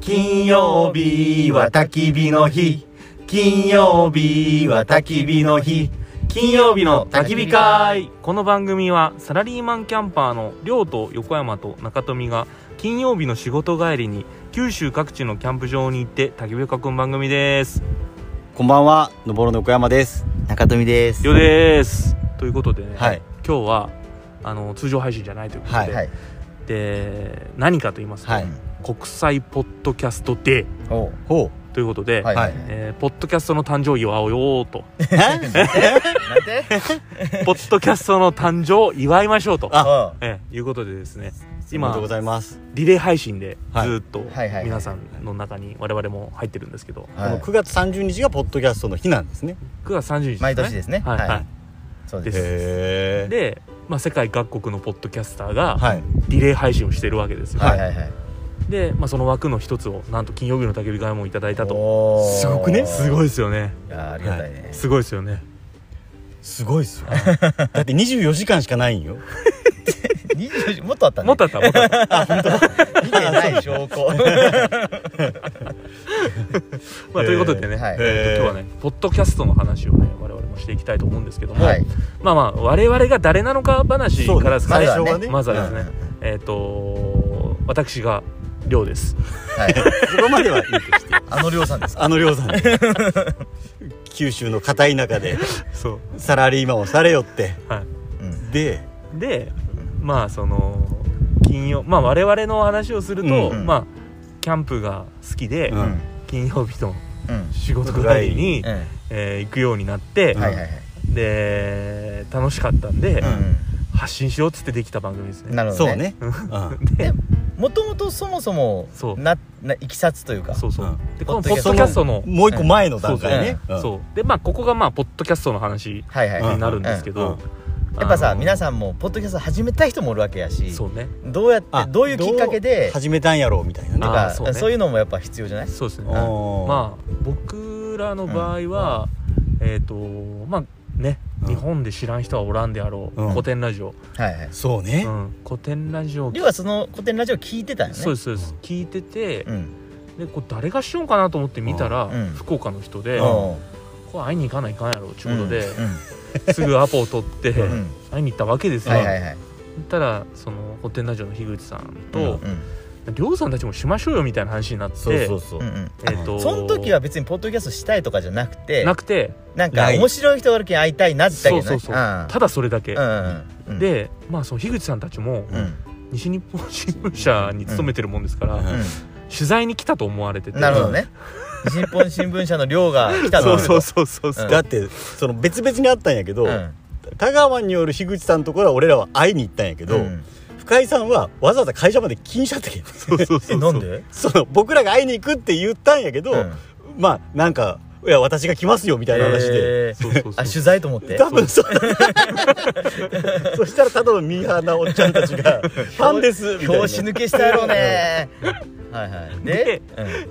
金曜日は焚き火の日金曜日は焚き火の日金曜日の焚き火会この番組はサラリーマンキャンパーの亮と横山と中富が金曜日の仕事帰りに九州各地のキャンプ場に行って焚き火を囲む番組ですこんばんは、のぼろの横山です。中富ですよですということでね、はい今日はあの通常配信じゃないということで,、はいはいで何かと言いますと、はい国際ポッドキャストデーおほということで、はいはいえーポッドキャストの誕生日を祝おうとう。えなんでポッドキャストの誕生を祝いましょうと、あえーいうことでですねおめで今とうございます。リレー配信でずはいーっとはいはい皆さんの中に我々も入ってるんですけどこの9月30日がポッドキャストの日なんですね。 9月30日ですね毎年ですねはい、ははいそうでですすへい、で、まあ、世界各国のポッドキャスターーがはい。リレー配信をしてるわけですよ、はいはいはいで、まあ、その枠の一つをなんと金曜日の焚き火会もいただいたととすごくねすごいいですよねやありがたいねすごいですよねすごいっすよ。 だって24時間しかないんよ。 20もっとあったねもっとあったもっとあった見てない証 拠まあということでね、へーはいえっと今日はねポッドキャストの話をね我々もしていきたいと思うんですけども、はいまあまあ我々が誰なのか話そうねから最最初初ははねねまずはですうねんえっ、と私が亮ですはいそこまではいいとして。あの量産ですか あの量産。九州の片田舎でそサラリーマンをされよって。う、はうんで、い、でまあその金曜まあ我々の話をすると、うんまあキャンプが好きで、ううんん金曜日のうん仕事帰りに、うんえー行くようになって、はいはいはいで楽しかったんで、う発信しようっつってできた番組ですんねなるほどそうね。う んでもともとそもそもそうなないきさつというかそうそう、うんでこのポポッッドドキキャャスストのもう一個前のそ段うそう階ね。うんそうでまあここがまあポッドキャストの話はいはいはいになるんですけうどん、やっぱさ皆ささんもポッドキャスト始めた人もおるわけやしそうねどうやってあどういうきっかけで始めたんやろうみたいなとね。あーかそうねそういうのもやっぱ必要じゃないそうですねあままあ僕らの場合は、えっ、とまあね、うん日本で知らん人はおらんであろう、うん古典ラジオ、はいはいそううね。ん、古典ラジオりょうはその古典ラジオ聞いてたよねそうですすそうです聞いてて、うんでこれ誰がしようかなと思って見たら、うん福岡の人で、うこんれ会いに行かないかんやろちゅうことで、うすぐアポを取って、んうんうん会いに行ったわけですよ、はいはいはい行ったらその古典ラジオの樋口さんうんと、りょうさんたちもしましょうよみたいな話になってそうそうそううんう。んえー、とその時は別にポッドキャストしたいとかじゃなくてなくてなんか面白い人がおるけん会いたいなって言ったけどねそうそうそうただそれだけ、うんうんでまあその樋口さんたちもうん西日本新聞社に勤めてるもんですから、うんうん取材に来たと思われててなるほどね日本新聞社の寮が来たそのうそうそうそうそううんだってその別々にあったんやけど、うん香川による樋口さんのところは俺らは会いに行ったんやけど、うん深井さんはわざわざ会社まで気にしちゃったけどそうそうそ えうなんでその僕らが会いに行くって言ったんやけど、うんまあなんかいや私が来ますよみたいな話で、えーそうそうそうあ取材と思って多分そう だそしたらただのミーハーなおっちゃんたち が「ファンです」みたいな拍子抜けしたやろうねはいはいで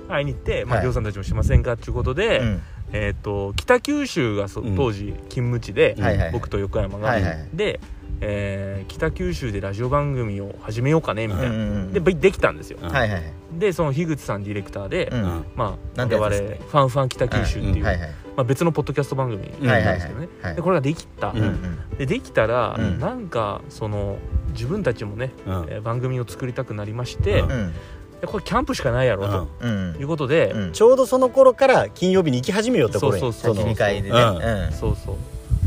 会いに行って、まあ、はいりょうさんたちもしませんかっていうことで、うんえっ、と北九州がそうん当時勤務地で、はいはいはい僕と横山が、はいはいで、えー北九州でラジオ番組を始めようかねみたいな、うんうんうんでぶできたんですよ、うんはいはいはいでその樋口さんディレクターで、ううんんまあなん我て々やフつですかァンファン北九州っていう、うんはいはいまあ、別のポッドキャスト番組はないはんいですはいけどね、はいでこれができた、ううんうんでできたら、うんなんかその自分たちもね、うんえー番組を作りたくなりまして、うんうでんこれキャンプしかないやろと、ういうんことで、うんちょうどその頃から金曜日に行き始めようって頃やそうそうそうの2階でねうんそうそう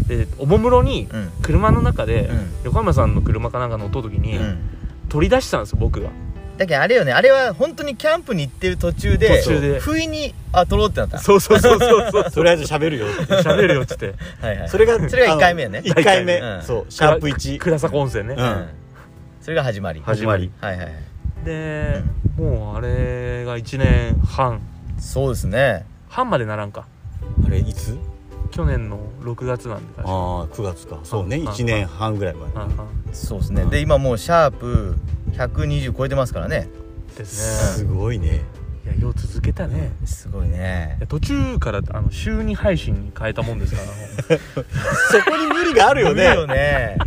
でおもむろにうんうん車の中で、うん横浜さんの車かなんか乗った時に、うん取り出したんですよ 僕がだけどあれよねあれは本当にキャンプに行ってる途中で途中で不意にあ撮ろうってなったそうそうそうそうそうとりあえず喋るよって 喋るよっつってはいはい それがそれが一回目やねあの一回目、一回目うんそうシャープ1倉坂温泉ね、ううんそれが始まり始まりはいはいはいでもうあれが1年半そうですね半までならんかあれいつ去年の6月なんで確かああ9月かそうねうん1年半ぐらい前うんうんそうですねで今もうシャープ120超えてますからねですすねごいねいやよう続けたねすごいねいや途中からあの週2配信に変えたもんですからそこに無理があるよねよね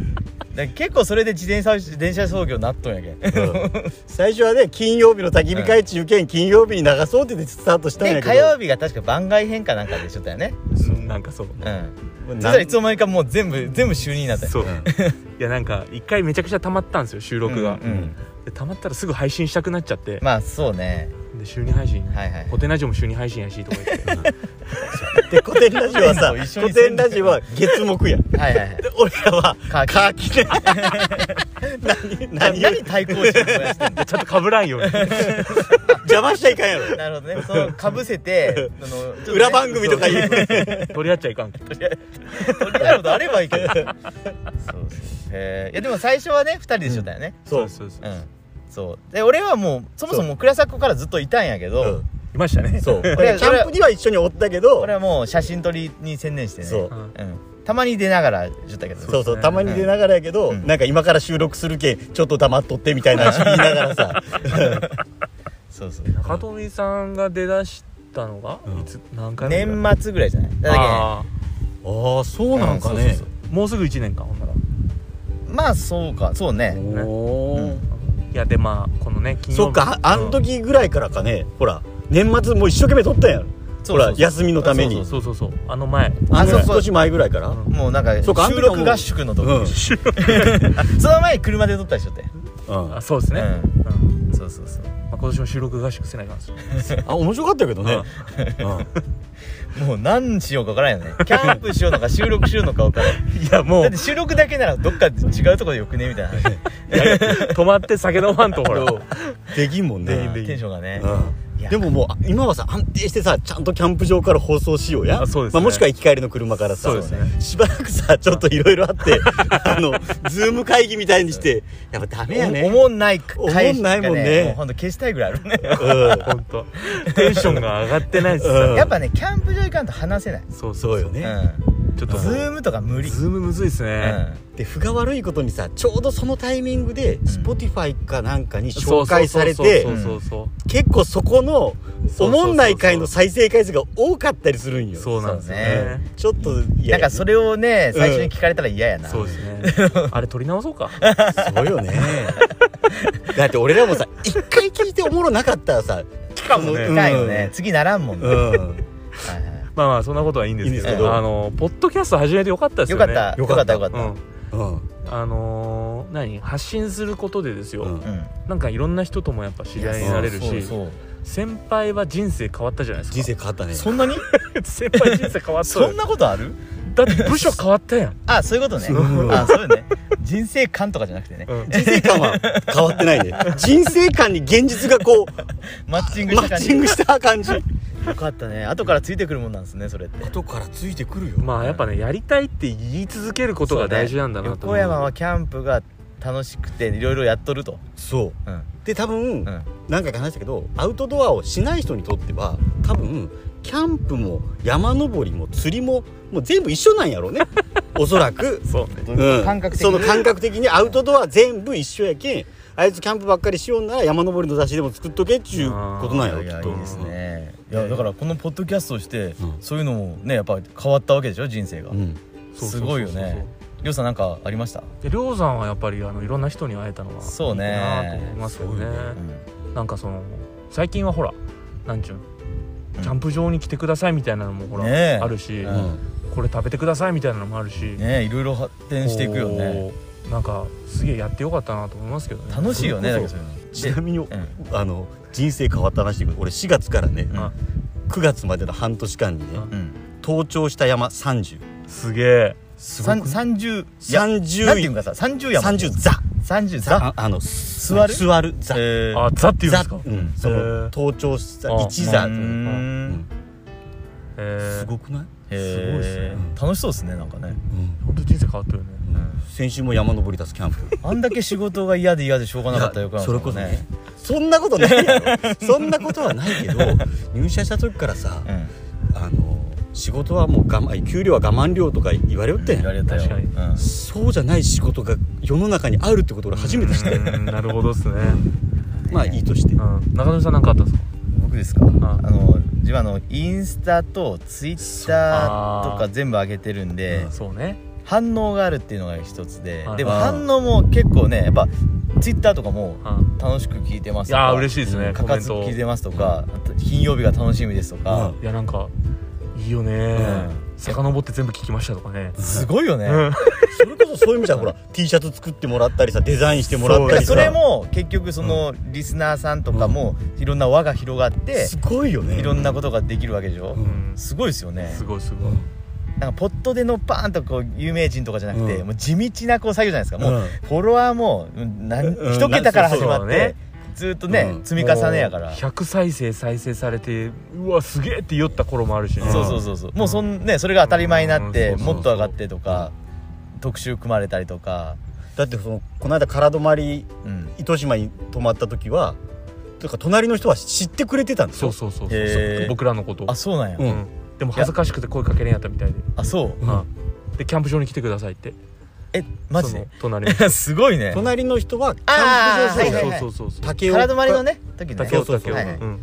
だから結構そ れで自転車電車操業なっとんやけん うん最初はね金曜日の焚き火会中堅金曜日に流そうって言ってスタートしたんやでけど火曜日が確か番外編かなんかでしょったよねうんなんかそううんもそうしなたらいつの間にかもう全部全部週2になったよそう いやなんか一回めちゃくちゃ溜まったんですよ収録が、うんうんで溜まったらすぐ配信したくなっちゃって、まあそうねで週2配信はいはいホテナジオも週2配信やしとか言ってで古典ラジオ はさ一緒に古典ラジオは月木やではいはいはい俺らは カーキカーキで何何何対抗心燃やしてんのちょっとかぶらんように邪魔しちゃいかんやろなるほどねそのかぶせ てあのちょっとね裏番組とか言う 取り合っちゃいかんそうなるほどあればいいけど そうそうへえいやでも最初はね2人でしょったよねそうそうそううんそうで俺はもうそもそも倉迫からずっといたんやけど、うんいましたねそう俺俺キャンプには一緒におったけど俺はもう写真撮りに専念してねうそうんうん、たまに出ながら言ったけどそうそうたまに出ながらやけど、うんなんか今から収録するけんちょっと黙っとってみたいな話言いながら さそうそう中富さんが出だしたのが、いつ何回目年末ぐらいじゃないだだああああそうけうんそうそうそうもうすぐ1年かほんならまあそうかそうねねおーいやでまあこのね金曜日そっかああのうん時ぐらいからかねほら年末もう一生懸命撮ったんやろそほうそうそうら休みのためにそうそうそうあの前ああそうのそう少し前ぐらいからもうなんかそうかあの時収はもう録合宿のうん、時 その前に車で撮ったりしょってうんあそうですね、うんうんそうそうそうまあ、今年も収録合宿せないかんですよあ面白かったけどね、 うんもう何しようか分からんよねキャンプしようのか収録しようのか分 からんいやもうだって収録だけならどっか違うとこでよくねみたいな話泊まって酒飲まんとほらできんもんね、うんテンションがねうんいやでももうあ今はさ安定してさちゃんとキャンプ場から放送しようやあそうですねまあ、もしくは行き帰りの車からさそうですねしばらくさちょっといろいろあってあのズーム会議みたいにしてやっぱダメやねおおもんない回おもんないもんねもうほんと消したいぐらいあるねうん本当テンションが上がってないっすさ、うんやっぱねキャンプ場行かんと話せないそうそうそうよね、うちょっとんズームとか無理ズームむずいっすうね、んで負が悪いことにさちょうどそのタイミングで Spotify かなんかにそう紹介されてそうそうそう結構そこのおもんない回の再生回数が多かったりするんよそうそうそうそうなんですよそうねちょっといなんかそれをね最初に聞かれたら嫌やな、そうですねあれ撮り直そうかそうよねだって俺らもさ一回聞いておもろなかったらさ聞かもね聞かんよね、次ならんもんね、うはいんはまあまあそんなことはいいんですけどいいんですけどあのポッドキャスト始めてよかったでいすよよかっねたよよかかっったたよかったうんうんあのー何発信することでですよ、うんうんなんかいろんな人ともやっぱ知り合いになれるしそうそう先輩は人生変わったじゃないですか人生変わったねそんなに先輩人生変わっ たそよんなことあるだって部署変わったやん、あそういうことねそうあそうよね人生観とかじゃなくてねうん人生観は変わってないね人生観に現実がこマッチンうグしマたッ感チじンよグした感じかったね後からついてくるもんなんですねそれって後からついてくるよまあやっぱねやりたいって言い続けることが大事なんだなと思横う山はキャンプが楽しくていろいろやっとるとそううんで多分、うん何回か話したけどアウトドアをしない人にとっては多分キャンプも山登りも釣りももう全部一緒なん やろうねおそらくそうねうん感覚的そにの感覚的にアウトドア全部一緒やけんあいつキャンプばっかりしようなら山登りの雑誌でも作っとけっちゅうことなんやろいきやっいといですねいやだからこのポッドキャストをして、うんそういうのもねやっぱ変わったわけでしょ人生が、うんそうそうそうそすうごいよねりょうさんなんかありましたでりょうさんはやっぱりあのいろんな人に会えたのはそうねいいなと思いますよねなんかその最近はほらなんちゅうのうんキャンプ場に来てくださいみたいなのもほら、ねえあるし、ううんんこれ食べてくださいみたいなのもあるし、ねいろいろ発展していくよねこうなんかすげえやってよかったなと思いますけどね楽しいよねだそけれどこそういうのちなみに、んあの人生変わった話で俺4月からね、うん9月までの半年間にねうんうん登頂した山3030すげえすごく三十いやなんていうん30かさ三十やもんザ三十あザあの座座る座る座えあザっていうんですかザうんその登頂したあ一座うーんえすごくないへーすごいっすね楽しそうですねなんかねうん本当人生変わったよね うん先週も山登り出すキャン プあんだけ仕事が嫌で嫌でしょうがなかったよいやそれこそねそんなことない やろそんなことはないけど入社した時からさうんあの仕事はもう我慢給料は我慢料とか言われよって言わんれたよ確かにうんそうじゃない仕事が世の中にあるってこと俺初めて知ったようんなるほどっすね、まあいいとしてうん、中野さんなんかあったんですか僕ですかんあの自分あのインスタとツイッターとか全部上げてるんでそうね反応があるっていうのが一つで、はいでもあー反応も結構ねやっぱツイッターとかもはい楽しく聞いてますいとやかー嬉しいですねかコメかンずト聞いてますとかあと金曜日が楽しみですとか、いやなんかいいよねん遡って全部聞きましたとかねすごいよね、うんそれこそそういう意味じゃほら T シャツ作ってもらったりさデザインしてもらっいたやりさそれも結局そのリスナーさんとかもいろんな輪が広がってすごいよねいろんなことができるわけでしょ、うんすごいですよねすごいすごいなんかポットでのパーンとこう有名人とかじゃなくて、うんもう地道なこう作業じゃないですか、もううんフォロワーもうんなんうん一桁から始まそうっねてずーっとね、うん積み重ねやからそう100再生再生されてうわすげえって酔った頃もあるしねそうそうそうもうそんねそれが当たり前になって、うんそうそうそうもっと上がってとか、特集組まれたりとか、だってそのこの間空泊まりうん、糸島に泊まった時はというか隣の人は知ってくれてたんですそようそうそうそう、へー僕らのことあそうなんや、うんうんでも恥ずかしくて声かけれんやったみたいで、あそううんはいでキャンプ場に来てくださいってえマジでその隣にそすごいね隣の人はキャンあープは場そいうはいだはいうそうそう竹を体まりのね時ね竹そをうそう竹そうはをいはいうん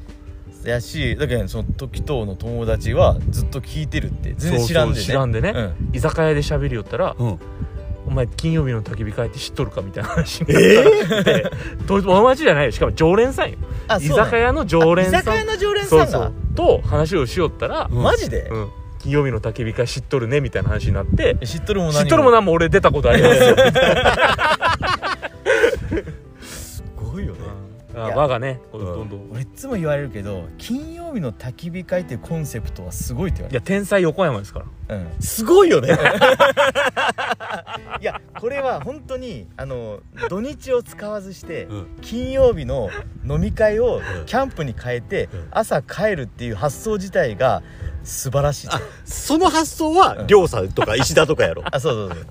やしだけどその時との友達はずっと聞いてるって全然知らんでねそうそう知らんでねうん居酒屋で喋りよったらうん「お前金曜日の焚き火会って知っとるか?」みたいな話になったらでと友達じゃないよしかも常連さんよあ居そうなん酒屋の常連さんあ居酒屋の常連さんがそうそうと話をしよったらうんマジで、うん金曜日の焚き火会知っとるねみたいな話になってえ知っとるも何知っとるもなんも俺出たことあります よすごいよねあ我がねこううんどんどん俺いつも言われるけど金曜日の焚き火会っていうコンセプトはすごいって言わいれや天才横山ですからるうんすごいよねいやこれは本当にあの土日を使わずしてうん金曜日の飲み会をうんキャンプに変えてうん朝帰るっていう発想自体が素晴らしいあその発想はりょうさんとか石田とかやろあそうそうそう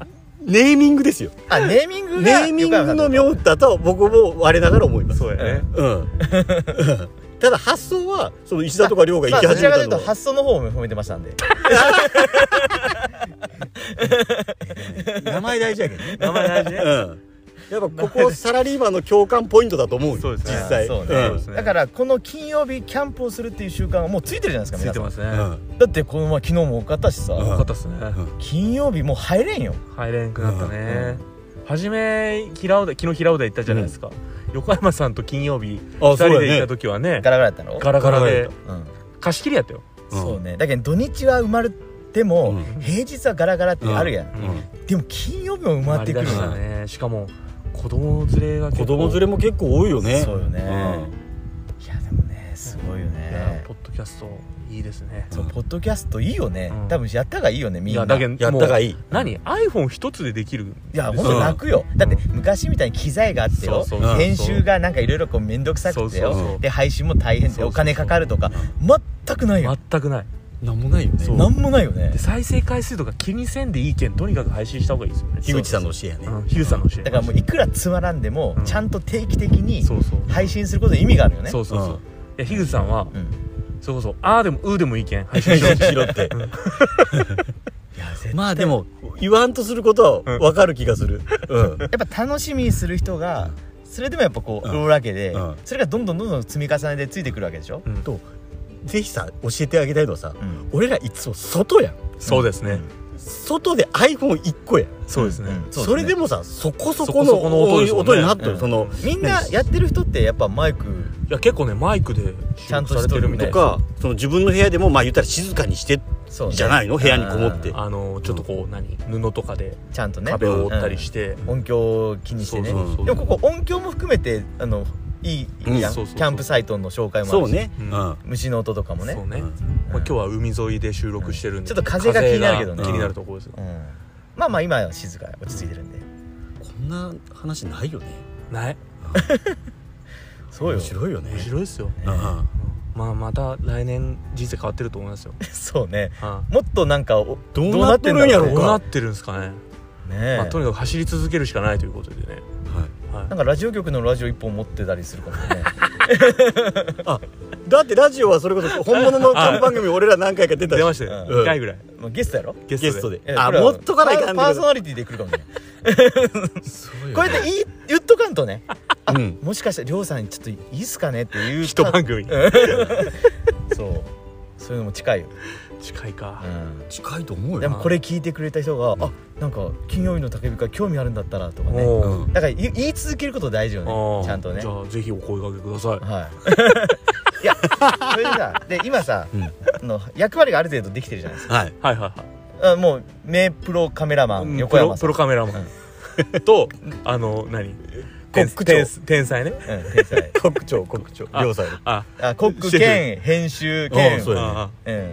ネーミングですよあネーミングネがーミングの横山さんだ妙だと僕も我ながら思いますそうやねうんうんただ発想はその石田とか亮がま行あどき始ちらめかといたうのとは発想の方も褒めてましたんで名前大事やけどね名前大事うんねやっぱここサラリーマンの共感ポイントだと思うよそうです実ね際そうねんそうですねだからこの金曜日キャンプをするっていう習慣がもうついてるじゃないですか ついてますねうよんすだってこの前昨日も多かったしさ、うんかったっすね金曜日もう入れんよ入れんくなったね初め平尾台昨日平尾台行ったじゃないですか横山さんと金曜日あ2人で行った時はねガラガラやったのガラガラでうん貸し切りやったようんそうねだけど土日は埋まるでも、うん平日はガラガラってあるやん、うんでも金曜日も埋まってくる回りよ出したねしかも子供連れが結構子供連れも結構多いよねそうよね、うんいやでもねすごいよいやね、ポッドキャストいいですねそうポッドキャストいいよね、うん多分やった方がいいよねみいんなやだけいどやったがいい何 iPhone 一つでできるやほんと楽よ、だって昔みたいに機材があってよそうそうそう編集がなんかいろいろこう面倒くさくてよそうそうで配信も大変そうでそうお金かかるとか全くないよ、全くないなんもないよねなんもないよねで再生回数とか気にせんでいいけんとにかく配信した方がいいですよね樋口さんの教えやねうん樋口さんの教えだからもういくらつまらんでも、うんちゃんと定期的にそうそう配信することに意味があるよねそうそうそううんいや樋口さんはうんそれこそあーでもうーでもいいけん配信しよう拾っていや絶対まあでも言わんとすることは分かる気がするうんやっぱ楽しみにする人がそれでもやっぱこううんローラけで、うんそれがどんどんどんどん積み重ねでついてくるわけでしょ、うんとぜひさ教えてあげたいのはさうん俺らいつも外やんそうですね外で iPhone1 個やんそうですねうんそ,、うれでもさそこそそここそこのの音音ですもんねになっとる、うんそのみんなやってる人ってやっぱマイクいや結構ねマイクでちゃんと収録されてるみたいとでねすかその自分の部屋でもまあ言ったら静かにしてそうね、じゃないの部屋にこもってうんあのちょっとこう何布とかでちゃんとね壁を覆ったりして音響を気にしてねそうそうそうでもここ音響も含めてあのいいいいやうんん、そうそうそうキャンプサイトの紹介もあるしそうね、ううんん虫の音とかもねそうねうんまあ今日は海沿いで収録してるんでちょっと風が気になるけどね風が気になるところですようんまあまあ今は静か落ち着いてるんでこんな話ないよねないそうよ面白いよね面白いですようんうんまあまた来年人生変わってると思いますよ そうねは もっとなんかおどうなっとるんやいろどうかなってるんですかねねえまあとにかく走り続けるしかないということでねはいはいなんかラジオ局のラジオ一本持ってたりするかもね だってラジオはそれこそ本 物のキャンプ番組俺ら何回か出たし出ましたようん1回ぐらいまあゲストやろゲゲストでえあこれはもっとかないかんパーパーソナリティで来るかもねこうやって言い言っとかんとねうんもしかしたらりょうさんにちょっとい いっすかねっていう一番組そうそういうのも近いよ 近いかう、ん近いと思うよでもこれ聞いてくれた人が、あなんか金曜日の叫びか興味あるんだったらとかねおーうんだから言い言い続けること大事よあねーちゃんとねじゃあぜひお声掛けくださいはい いやそれでさで今さ、うんあの役割がある程度できてるじゃないですはいはいはいかあもう名プロカメラマはい、ンうん横山さんプロプロカメラマン とあの何天コック長天天才ねうん天才国 長国長あ両サイああコック兼編集兼あそうやねあうん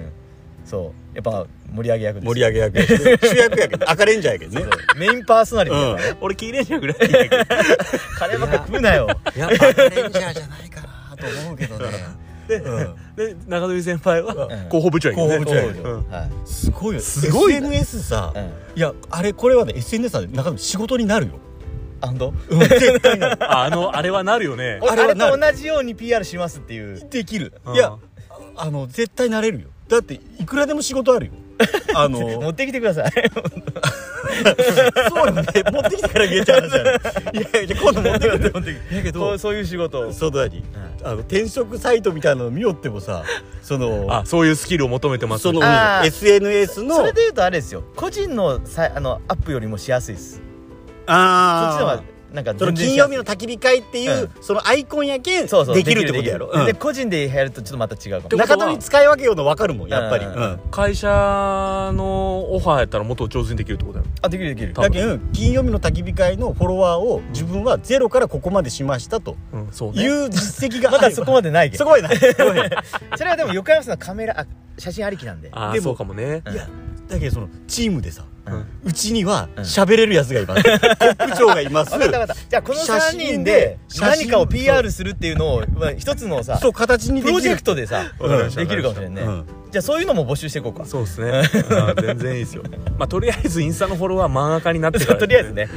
そうやっぱ盛り上げ役です盛り上げ役やけど主役やけど赤レンジャーやけどねメインパーソナリティだからね、俺聞いれんじゃんぐらいやけどカレーばっか食う なよいや赤レンジャーじゃないかなと思うけどねうん で中富先輩はうん広報部長やけどね広報部長やけうんはいすごいよすごいね SNS さ、うんいやあれこれはね SNS は中身仕事になるよ、あ本当うん、絶対なるああのあれはなるよね俺あれあはれなると同じように PR しますっていうできるうんいやあの絶対なれるよだっていくらでも仕事あるよあの持ってきてくださいそうよね 持ってきてから言えちゃうじゃんいやいや今度 持ってく るだけそうどそういう仕事をそうだにあの転職サイトみたいなの見よってもさそのあそういうスキルを求めてますそのあー SNS のそれで言うとあれですよ個人のさあのアップよりもしやすいですそっちのあはあなんかその全然金し曜やす日いの焚き火会っていう、そのアイコンやけんそうそうできるってことやろできるできるうんで個人でやるとちょっとまた違うかでもも中取り使い分けようの分かるもんやっぱり、うんうん会社のオファーやったらもっと上手にできるってことやろあできるできる多だけど金曜日の焚き火会のフォロワーを自分はゼロからここまでしましたとうんそうねいう実績があまればだそこまでないけそどこまでないそこまでないそれはでも横山さんのカメラあ写真ありきなんであーでもそうかもねうんいやだけどそのチームでさうんうんうちにはうん喋れるやつがいます、トップ長がいます分かった分かったじゃあこの写3真人で写真何かを PR するっていうのをまあ一つのさそう形にプでロきジェるクトでさわかりましたできるかもしれんねうんじゃあそういうのも募集していこうかそうですねあー全然いいですよ まあとりあえずインスタのフォロワー真ん中に なってからとりあえずね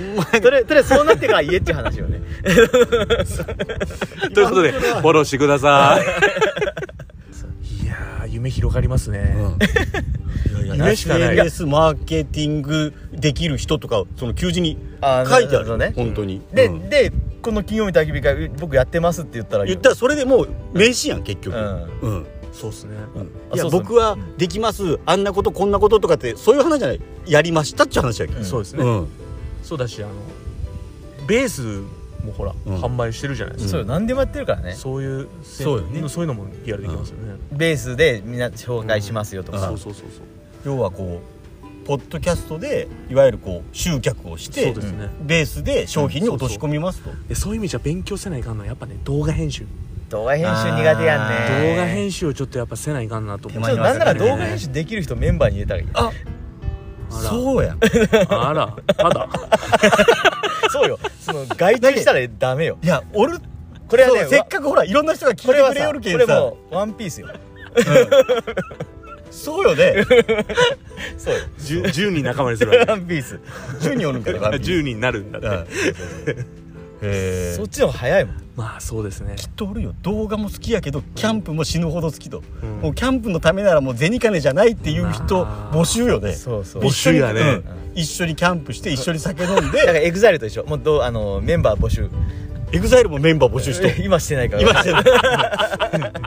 とりあえずとりあえずそうなってから言えっていう話よねということでフォローしてくださ いいやー夢広がりますね、うんいやいや夢しかない SNS マーケティングできる人とかその求人にあー書いてあなるほどるね本当に、で、うんでこの金曜日焚き火会僕やってますって言ったらいい言よったらそれでもう名刺やん結局うんうんそうですね、あいやそうそう僕はできますあんなことこんなこととかってそういう話じゃないやりましたっちゅう話やけど、うんそうですね、うんそうだしあのベースもほら、うん販売してるじゃないですそうか、よ何でもやってるからねそういうせそうよねそういうのも PR できますよね、ベースでみんな紹介しますよとか、そううそうそうそう要はこうポッドキャストでいわゆるこう集客をしそうてですね、ベースで商品に落とし込みますと、でそういう意味じゃ勉強せないかんのはやっぱね動画編集、動画編集苦手やんあね動画編集をちょっとやっぱせないかんなと思ちっょてっとなんなら動画編集集できる人メンバーに入れたらいいそうやんあらまだそうよその外注したらダメよいや俺これはねそうせっかくほらいろんな人が聞いてこれはくれさよこるけんれさもうワンピースよそうよねそうよ 10, 10人仲間にするわけワ ンピース10人おるんから 10人になるんだって、うんへえそっちの方が早いもんまあそうですねきっとおるよ動画も好きやけどキャンプも死ぬほど好きと、うんもうキャンプのためならもう銭金じゃないっていう人あー募集よねそうそう募集やね一緒にうん一緒にキャンプして一緒に酒飲んだかでらエグザイルと一緒もうどうあのメンバー募集エグザイルもメンバー募集し て今してないから今してる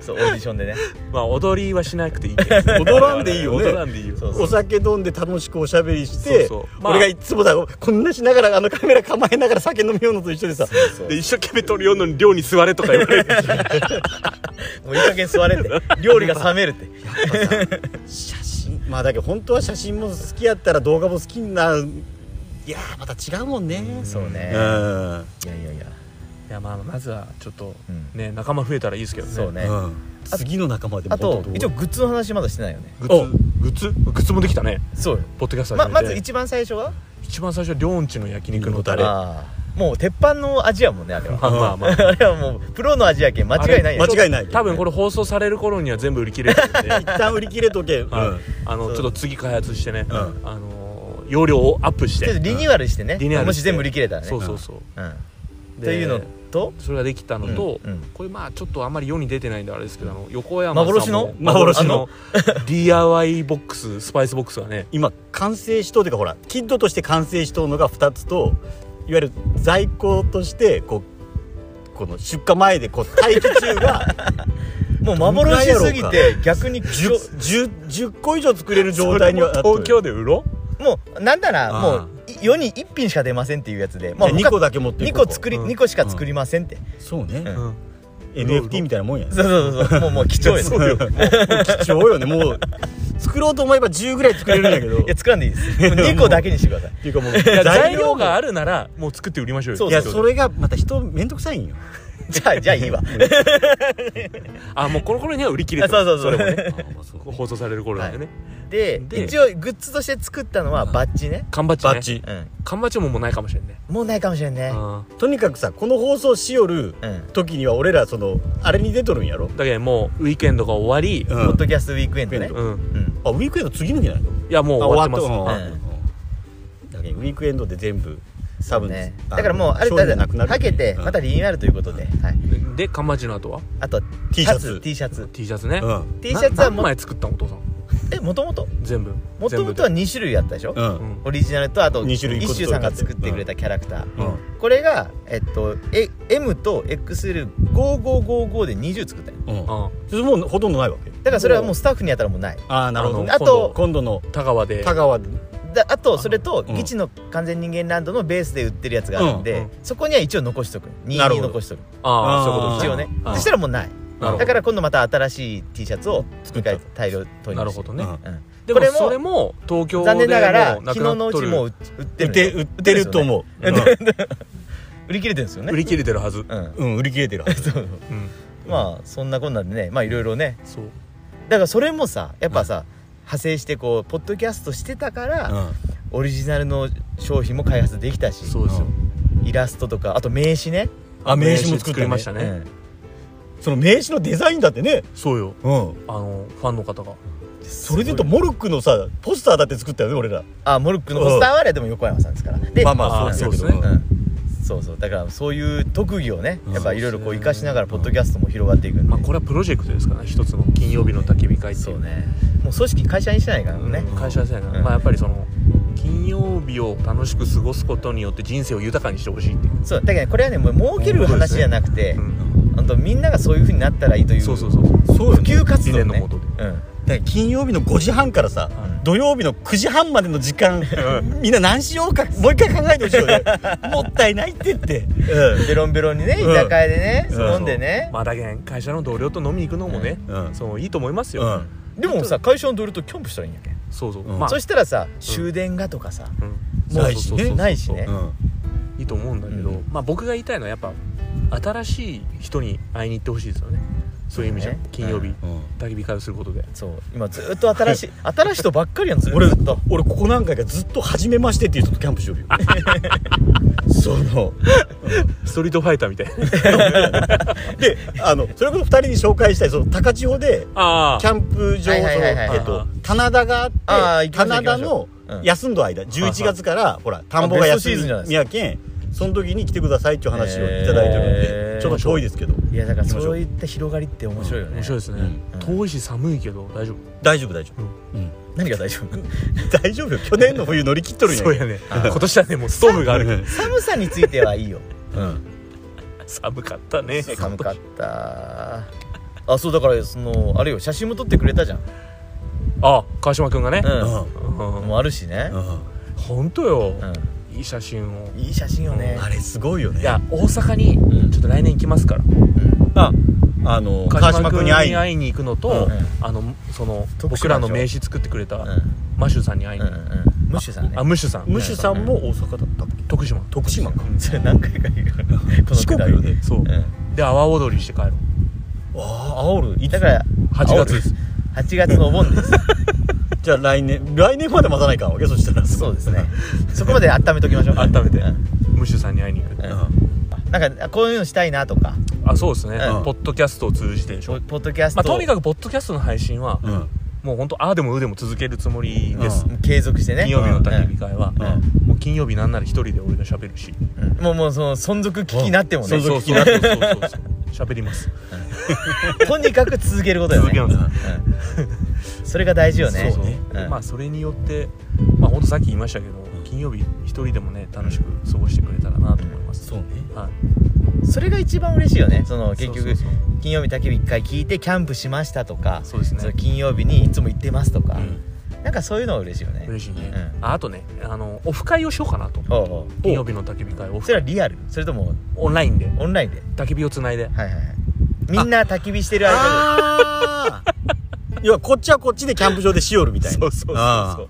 そうオーディションでねまあ踊りはしなくていいけど 踊らんでいいよね踊らんでいいよそうお酒飲んで楽しくおしゃべりしてそうそうまあ俺がいつもだこんなしながらあのカメラ構えながら酒飲みようのと一緒でさそうで一生懸命取り寄んのに寮に座れとか言われるもういい加減座れって料理が冷めるって写真まあだけど本当は写真も好きやったら動画も好きになるいやーまた違うもんねそうねいやいやいう、んや、いやまあまずはちょっとうんね仲間増えたらいいですけどねそうね、うん次の仲間でもあと本当一応グッズの話まだしてないよねグッズグッズグッズもできたねそうよポッドキャストま始めまてず一番最初は一番最初はりょんちの焼肉のタあレれまあーもう鉄板の味やもんねあれはあまあまああれはもうプロの味やけん 間違いないよあれ間違いない多分これ放送される頃には全部売り切れてるんで、はい、一旦売り切れとけ、あのそうちょっと次開発してね、うんあのー容量をアップしちょっとてリニューアルしてね、リニューアルもしてし全部売り切れたらねそうそうそう、うん、でというのとそれができたのと、うんうんこれまあちょっとあんまり世に出てないんであれですけどあの横山さんも幻の幻幻のの DIY ボックススパイスボックスがね今完成しとうというかほらキッドとして完成しとうのが2つといわゆる在庫としてこうこの出荷前でこう待機中がもう幻すぎどんぐらいて逆に 10, 10, 10個以上作れる状態にはなっとる東京で売ろもうなんならあーもうい世に1品しか出ませんっていうやつでもういや2個だけ持って2いこう個作りうん2個しか作りませんって、そうね、う、うんん、 NFT みたいなもんやねそうそうそうもうもう貴重やそうよもう貴重よねもう作ろうと思えば10ぐらい作れるんやけどいや作らんでいいです2個だけにしてくださいっていうかもういや材料があるるならもう作って売りましょうよそういや東そ京でれがまた人めんどくさいんよじゃあじゃあいいわあもうこの頃には売り切れあてそうるそうそうれもね こう放送される頃だよね、でで一応グッズとして作ったのはバッジね、缶バッジねバッチうん、缶バッジももうないかもしれんねもうないかもしれんねうんとにかくさこの放送しよるうん、時には俺らそのあれに出とるんやろだけどもうウィークエンドが終わりうポッんドキャストウィークエンドねううんうんあウィークエンド次の日なのいやもう終わってますあ終わうっんたうんだけどウィークエンドで全部多分ねあのだからもうあれ商品だだがなくなはるけてまたリニューアルということで、はい、うんで缶バッジの後はあと T シャツ T シャツ T シャツね、うん T シャツはもも前作ったのお父さんえもともと全部もともとは2種類あったでしょ、う全部でうんんオリジナルとあと二種類一周さんが作ってくれたキャラクター、うんこれが、えっと、え M と XL5555 で20作ったようんあそれもうほとんどないわけだからそれはもうスタッフにやったらもうないああなるほあどのあと今度の田川で田川だあとそれと「うんギチの完全人間ランド」のベースで売ってるやつがあるんで、うんうんそこには一応残しとくなる22ほど残しとくあああーそういうことで一すね応ねあーそしたらもうないなるほどだから今度また新しい T シャツを作回大量投入してなるほどね、うんうんでこもれもそれも東京で残念ながらもう昨日くなっのうとちるもう売って売るって売ってると思う売ってるよね売り切れてるんで すよね売り切れてるはず、うんうんうん売り切れてるはずそううんまあそんなこんなんでねまあいろいろねそうだからそれもさやっぱさ派生してこうポッドキャストしてたから、うオリジナルの商品も開発できたしそうですよ、イラストとかあと名刺ねんあ名刺も作ったねりましたね、その名刺のデザインだってねそうようんあのファンの方がそれで言うとモルックのさポスターだって作ったよね俺らあモルックのポスターはあれでも横山さんですからでまあまああーそうだけそどうですうんそうそうだからそういう特技をねやっぱいろいろこう生かしながらポッドキャストも広がっていくんで、まあこれはプロジェクトですからね一つの金曜日の焚き火会っていそううねもう組織会社にしてないからね、うん会社ですよね、うんまあやっぱりその金曜日を楽しく過ごすことによって人生を豊かにしてほしいっていう、そうだけどねこれはねもう儲ける話じゃなくて、うんほんとみんながそういう風になったらいいというそうそうそうそうよ普及活動理念のねもとでうんだから金曜日の5時半からさ、ん土曜日の9時半までの時間みんな何しようかもう一回考えてほしいよねもったいないって言って、ベロンベロンにね居うん酒屋でね、うん飲んでね、まあだけん会社の同僚と飲みに行くのもね、うんうんそういいと思いますよ、うでもさ会社の同僚とキャンプしたらいいんやけん、そうそう、うんまあそしたらさ終電がとかさ、うんもうないしねそうそうそうそうないしねんいいと思うんだけど、うんまあ僕が言いたいのはやっぱ新しい人に会いに行ってほしいですよねそういう意味じゃ、そうね金曜日、うんうん焚き火会をすることでそう今ずっと新しい新しい人ばっかりやんずっ俺と俺ここ何回かずっと「初めまして」っていう人とキャンプしよるよ そのストリートファイター みたいなであのそれこそ2人に紹介したいその高千穂であキャンプ場そのはいはいはいはいえっと棚田がああっーて行きましょう棚田行きましのょううん休んだ間11月からほら田んぼがベスト休シーズンじゃないですみかやけんその時に来てくださいっていう話をいただいてるんへでーちょっと遠いですけどいやだから行きましょうそういった広がりって面白いよね、 面白いですね、うん遠いし寒いけど大丈夫大丈夫大丈夫何が大丈 夫大丈夫 よ去年の冬乗り切っとるんやそうやね今年はねもうストーブがあるけど寒さについてはいいようん寒かった ね寒かったあそうだからそのあれよ写真も撮ってくれたじゃん、あ川島君がね、うんううんもうあるしね、ん本当よ、ういい写真をん、いい写真よねあれすごいよねいや大阪にんちょっと来年行きますから、うんああの川島君に会いに会いに行くのと、うんあのその徳島でしょ僕らの名刺作ってくれた、うんマシューさんに会いうんうに、んムッシュさんねあムッシュさんムシュさんも大阪だったっけ徳島徳島か それ何回か言うからこの四く国だりよねそう、うで阿波踊りして帰ろうんあああおるんだから8月です8月のお盆です じゃあ来年来年まで待たないかんわけそしたらそうですねそこまで温めときましょう温めてうんムッシュさんに会いに行く、うんうなんかこういうのしたいなとかあそうですね、うんポッドキャストを通じてでしょ、ポポッドキャストまあ、とにかくくポッドキャストの配信は、んうんもう本当ああでもうでも続けるつもりです、う継続してね金曜日の焚き火会は、うもう金曜日なんなら一人で俺が喋るし、うんうんもうもうその存続危機になってもうねん存続危機そうそうそうそうそう喋りますとにかく続けることよ続けねます、うんそれが大事よねそうね、うんまあそれによってまあほんとさっき言いましたけど金曜日一人でもね楽しく過ごしてくれたらなと思います、そうねはい、それが一番嬉しいよねその結そう局そうそう金曜日焚き火一回聞いてキャンプしましたとかそうでそすのね金曜日にいつも行ってますとか、うんなんかそういうのは嬉しいよね嬉しいね、うんああとねあのオフ会をしようかなとおうおう金曜日の焚き火会オそフれはリアルそれともオンラインでオンラインで焚き火をつないではいはいはいみんな焚き火してる間ああ要はこっちはこっちでキャンプ場でしよるみたでいなそうそうそうあそう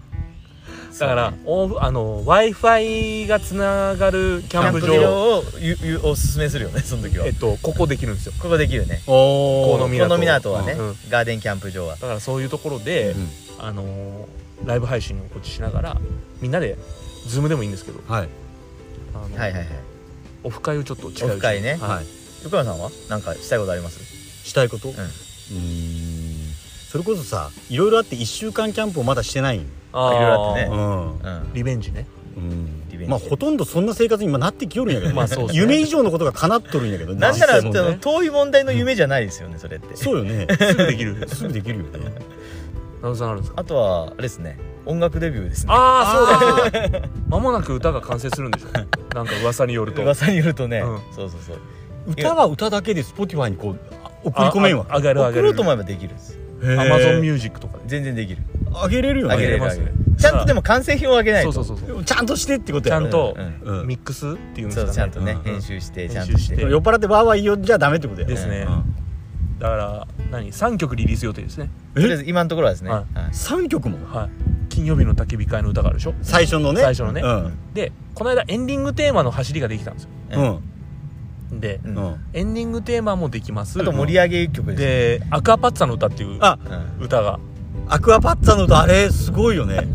だから、オフあの w i f i がつながるキキャャンンププ場場をゆゆおすすめするよねその時はえっとここできるんですよここできるねおこーのこの港はね、うんうんガーデンキャンプ場はだからそういうところで、うんあのーライブ配信をこっちしながらみんなでズームでもいいんですけどはいあのーはいはいはいオフ会をちょっと近いうちにオフ会ねはい横山さんはなんかしたいことありますしたいことうんーんそれこそさいろいろあって1週間キャンプをまだしてないんあいろいろあってーねうんうんリベンジねリベンジまあほとんどそんな生活に今なってきよるんやけどね、まあそうですね夢以上のことが叶っとるんやけどねなんなら、実際そもねの遠い問題の夢じゃないですよね、それってそうよねすぐできるすぐできるよねナオさんあるんですかあとはあれですね音楽デビューですねああそうだそう だ間もなく歌が完成するんでしょなんか噂によると噂によるとね、うんそうそうそう歌は歌だけで Spotify にこうあ送り込めんわああ上がる上が送ろうとる思えばできるんですアマゾンミュージックとかで全然できるあげれるよあげねれるますねちゃんとでも完成品をあげないそとうそうそうそうちゃんとしてってことちゃやんろとうんうんうんミックスっていうんでそすうかねちゃんとね、うん編集してちゃ編ん集とししててと酔っ払ってわーわー言いよじゃダメってことやですねだから何3曲リリース予定ですねとりあえず今のところはですね、ははい3曲もはい金曜日の焚き火会の歌があるでしょ最初のね最初のねうんでこの間エンディングテーマの走りができたんですようんでううんんあエンディングテーマもできますと盛り上げ曲ですで「アクアパッツァの歌」っていうあね、うん歌がアクアパッツァの歌あれすごい よね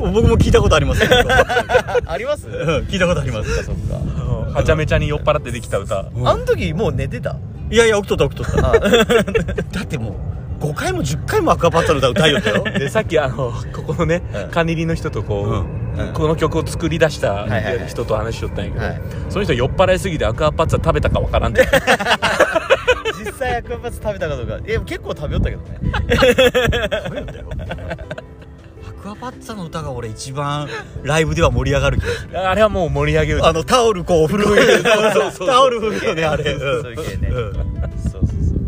僕も聞いたことあり ますよあありますうん聞いたことありますそっかあのはちゃめちゃに酔っ払ってできた歌うんあの時もう寝てたいやいや起きとった起きとった だってもう5回も10回もアクアパッツァの歌歌いよ ったよでさっきあ のここのねうん管理人の人とこう、うんこの曲を作り出したいはいはい人と話しとったんやけど、はいその人酔っ払いすぎてアクアパッツァ食べたかわからんって実際アクアパッツァ食べたかどうかいや結構食べよったけどねダメよったよアクアパッツァの歌が俺一番ライブでは盛り上がる気がする あれはもう盛り上げる あのタオルこう振るタオル振るよねあれそうそういう系ねそうそうそ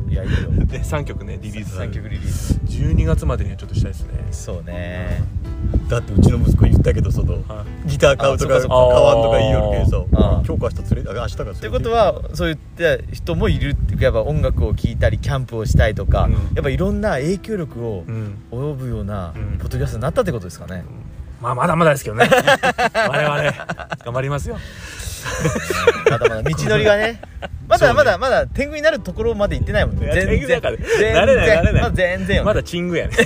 ういやいいよで3曲ねリリース3曲リリース12月までにはちょっとしたいですねそうねだってうちの息子言ったけどそのはギター買うとあかそ買っかわんとか言いよるけどあさー今日か明日連れあ明日か連れということはそういった人もいるっていうかやっぱ音楽を聴いたりキャンプをしたいとか、うんやっぱいろんな影響力をうん及ぶようなうんポッドキャストになったってことですかね、まあまだまだですけどね 我々頑張りますよまだまだ道のりがねまだまだまだ天狗になるところまで行ってないもんいねや天狗だから全然なれないなれないまだ全然よまだチング やね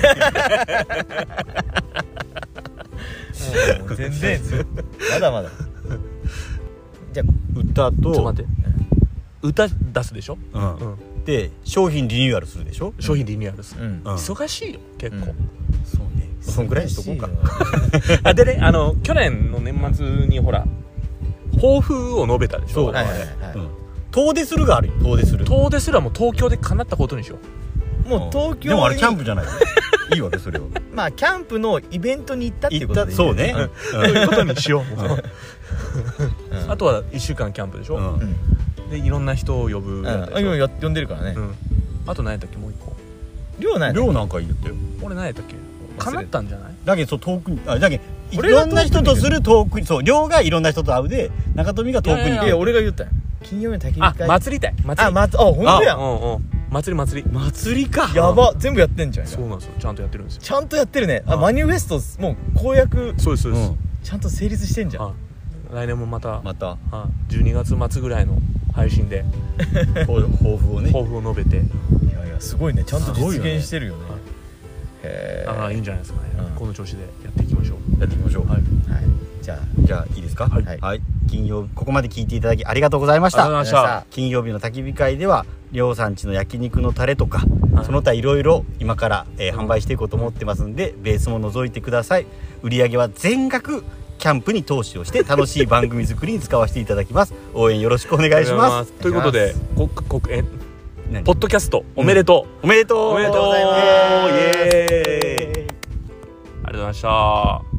もうもう全然ですよまだまだじゃ歌とちょっと待って歌出すでしょ、ううんん、で商品リニューアルするでしょ商品リニューアルすあうる、んうん忙しいよ結構、うんそうねそんぐらいにしとこうかあでねあの去年の年末にほら抱負を述べたでしょそうはいはいはいうん遠出するがあるよ遠出する遠出すらもう東京で叶ったことにしよもう東京にでもあれキャンプじゃ ないよいいわけそれ をまあキャンプのイベントに行ったっていう行こっとたでいいんだそようそううねいうことにしようもううんうん あとは1週間キャンプでしうょ、んうんでいろんな人を呼ぶうんやったあでし今ょや呼んでるからねうんあと何やったっけもう一個量ない量なんかいいってよ俺何やったっけ叶ったんじゃないだけどそう遠くにあだけどい俺がろんな人とする遠くにそう量がいろんな人と会うで中富が遠くいにやいや俺が言ったんや金曜日の焚きあ火会祭りたい祭ありまつあほんとやうんうん祭り祭り祭りかやば全部やってんじゃんそうなんですよちゃんとやってるんですよちゃんとやってるねああマニュフェストもう公約そうですそううです、んちゃんと成立してんじゃんあ来年もまた、またあ、12月末ぐらいの配信で抱抱負をね抱負を述べていやいやすごいねちゃんとすご実いよね現してるよねはいへえああいいんじゃないですかね、うんこの調子でやっていきましょうやっていきましょうははい、いじゃあじゃあいいですかはいはい金曜ここまで聞いていただきありがとうございましたありがとうございました金曜日の焚き火会では量産地の焼肉のタレとかはいその他いろいろ今から、えーうん販売していこうと思ってますんでベースも覗いてください売り上げは全額キャンプに投資をして楽しい番組作りに使わせていただきます応援よろしくお願いしますということでここえ何ポッドキャストおめでとう、おめでとうおめでとうイエーイイエーイありがとうございました